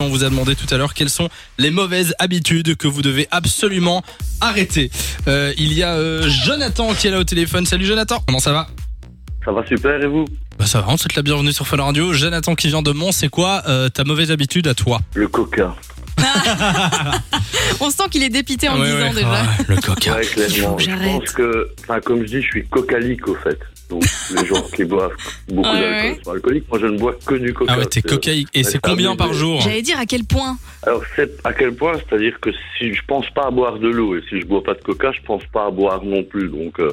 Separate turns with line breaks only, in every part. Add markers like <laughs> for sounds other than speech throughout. On vous a demandé tout à l'heure quelles sont les mauvaises habitudes que vous devez absolument arrêter. Euh, il y a euh, Jonathan qui est là au téléphone. Salut Jonathan. Comment ça va
Ça va super et vous
Bah ça va, on te souhaite la bienvenue sur Fun Radio. Jonathan qui vient de Mons, c'est quoi euh, ta mauvaise habitude à toi
Le coca.
On sent qu'il est dépité en
Ouais,
10
ouais.
ans déjà.
Ah, le coca.
Ouais,
faut
clairement.
que
Je
j'arrête.
pense que, enfin, comme je dis, je suis cocalique au fait. Donc, les gens qui boivent beaucoup
Ouais,
d'alcool
ouais.
sont alcooliques. Moi, je ne bois que du coca.
Ah ouais, t'es
C'est-
cocaïque. Et
Ouais,
c'est
ça
combien
abuse,
par
mais-
jour
J'allais dire à quel point.
Alors, c'est à quel point C'est-à-dire que si je pense pas à boire de l'eau et si je bois pas de coca, je pense pas à boire non plus. Donc, euh,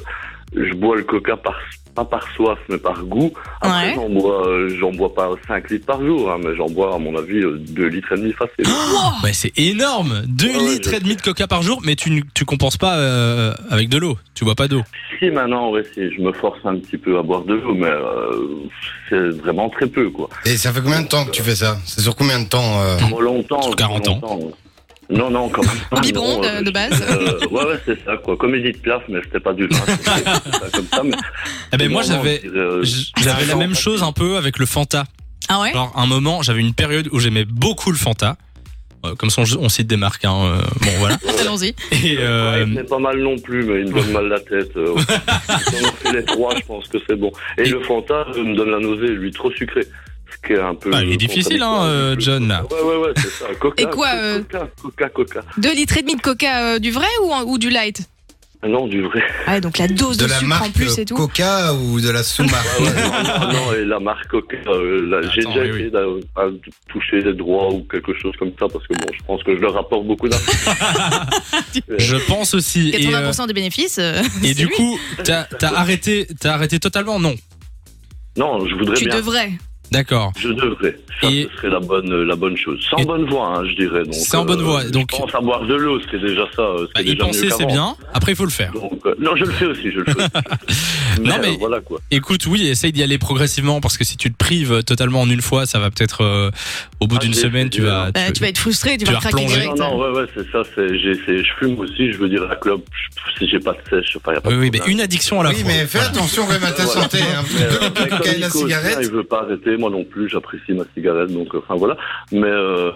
je bois le coca par pas par soif mais par goût. Après
Ouais.
j'en bois, euh, j'en bois pas 5 litres par jour, hein, mais j'en bois à mon avis euh, 2 litres et demi facile.
Ouais, c'est énorme. 2
Ouais, ouais,
litres
je-
et demi de coca par jour, mais tu ne- tu compenses pas euh, avec de l'eau. Tu bois pas d'eau.
Si maintenant, ouais, si je me force un petit peu à boire de l'eau, mais euh, c'est vraiment très peu, quoi.
Et ça fait combien de temps que tu fais ça C'est sur combien de temps euh
Moi, longtemps.
Mmh. Sur 40 ans.
longtemps. Non, non, quand même. pas,
biberon,
non,
de-
euh,
de base.
euh,
<laughs>
ouais, ouais, c'est ça, quoi. Comédie de place, mais c'était pas du
<laughs>
vin. c'était pas comme ça, mais.
Eh ben moi
Non, non,
j'avais
je dirais, euh,
j'avais la même chose un peu avec le Fanta.
Ah ouais
Genre, un moment, j'avais une période où j'aimais beaucoup le Fanta. Euh, comme ça, on, on cite des marques. Hein, euh, bon,
<laughs>
voilà.
Allons-y.
Et,
Ouais,
euh,
il fait pas mal non plus, mais il me donne mal la tête. euh, ouais.
<laughs>
Si on en fait les trois, je pense que c'est bon. Et,
Et-
le Fanta euh, me donne la nausée, lui, trop sucré. Ce qui est un peu.
Bah, il est difficile, hein, euh, John, là.
Ouais, ouais, ouais, c'est ça. Coca,
Et quoi, euh,
Coca, Coca, Coca.
2 litres et demi de coca euh, du vrai ou, ou du light
Ah Non, du vrai.
Ah ouais, donc la dose de,
De la
sucre en
marque
euh,
plus et tout.
Coca ou de la sous-marque
Ah ouais, <laughs> non, non, non, et la marque Coca, euh, là, j'ai
Attends,
déjà
oui,
essayé d'a- à toucher des droits ou quelque chose comme ça parce que bon, je pense que je leur rapporte beaucoup d'argent. Ouais.
je pense aussi. Et, euh,
80% des bénéfices. euh,
<laughs> et
c'est
du
lui.
coup, t'as t'as arrêté, t'as arrêté totalement Non.
<laughs> Non, je voudrais
tu
bien.
devrais.
D'accord.
Je devrais. Ça,
Et-
ce serait la bonne, euh, la bonne chose. C'est en
Et-
bonne voie, hein, je dirais. Donc, euh,
C'est en bonne voie, donc-
Je pense à boire de l'eau, c'est déjà ça. euh,
Bah,
C'est
y
déjà
penser,
mieux
c'est
qu'avant.
bien. Après, il faut le faire.
Donc, euh, non, je le fais aussi, je le fais.
<laughs>
aussi.
Non, mais-
euh, voilà quoi.
Écoute, oui, essaye d'y aller progressivement parce que si tu te prives totalement en une fois, ça va peut-être euh, au bout
Ah,
d'une
j'ai-
semaine,
j'ai-
tu vas.
Bah, tu vas être frustré,
tu
tu, vas
vas
craquer
replonger.
direct.
Non, non, ouais, ouais, c'est ça. c'est- j'ai- c'est- Je fume aussi, je veux dire, la clope, je- si j'ai pas de sèche, je sais pas, y a pas
Oui,
de
oui, mais
problème.
une addiction à Oh, la
Oui,
fois.
mais fais attention quand même à ta
Voilà.
santé. Hein.
Mais, euh,
Coca,
mais comme
cocaïne, la
Nico, tiens,
cigarette.
Il veut pas arrêter, moi non plus, j'apprécie ma cigarette, donc euh, enfin voilà. Mais euh,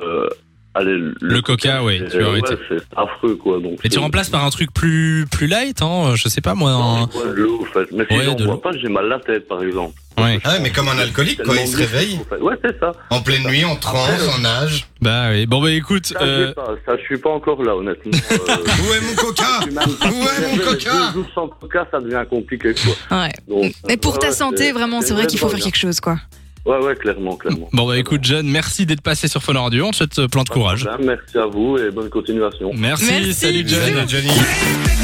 allez, le,
Le coca, ouais, tu
euh,
vas arrêter.
ouais, c'est affreux quoi. Donc,
Mais tu
c'est-
remplaces par un truc plus plus light, hein. Je sais pas moi.
Non,
un-
je bois de l'eau, en fait. Mais si
Ouais,
j'en
de l'eau.
bois pas, j'ai mal à la tête, par exemple.
Ouais.
Ah ouais, mais comme un alcoolique, quoi, il se réveille
En fait. Ouais, c'est ça.
en pleine nuit, en transe, en nage.
Bah oui. Bon bah écoute.
Ça,
euh,
Ah, j'ai pas. ça, je suis pas encore là,
<laughs>
honnêtement. Euh,
Où est mon Coca
je suis même pas
Ouais, mon
concerné, <laughs> mais
coca
Deux jours sans coca, ça devient compliqué, quoi.
Ouais.
Donc,
Mais pour
ouais,
ta
ouais,
santé, vraiment, c'est vrai qu'il faut faire quelque chose, quoi.
Ouais, ouais, clairement, clairement.
Bon bah écoute John, merci d'être passé sur Fun Radio, on te souhaite euh, plein de courage.
Pas de problème, Merci à vous et bonne continuation.
Merci,
Merci,
salut John.
Johnny, Johnny.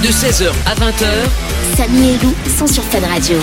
de 16h à 20h.
Samy et Lou sont sur Fun Radio.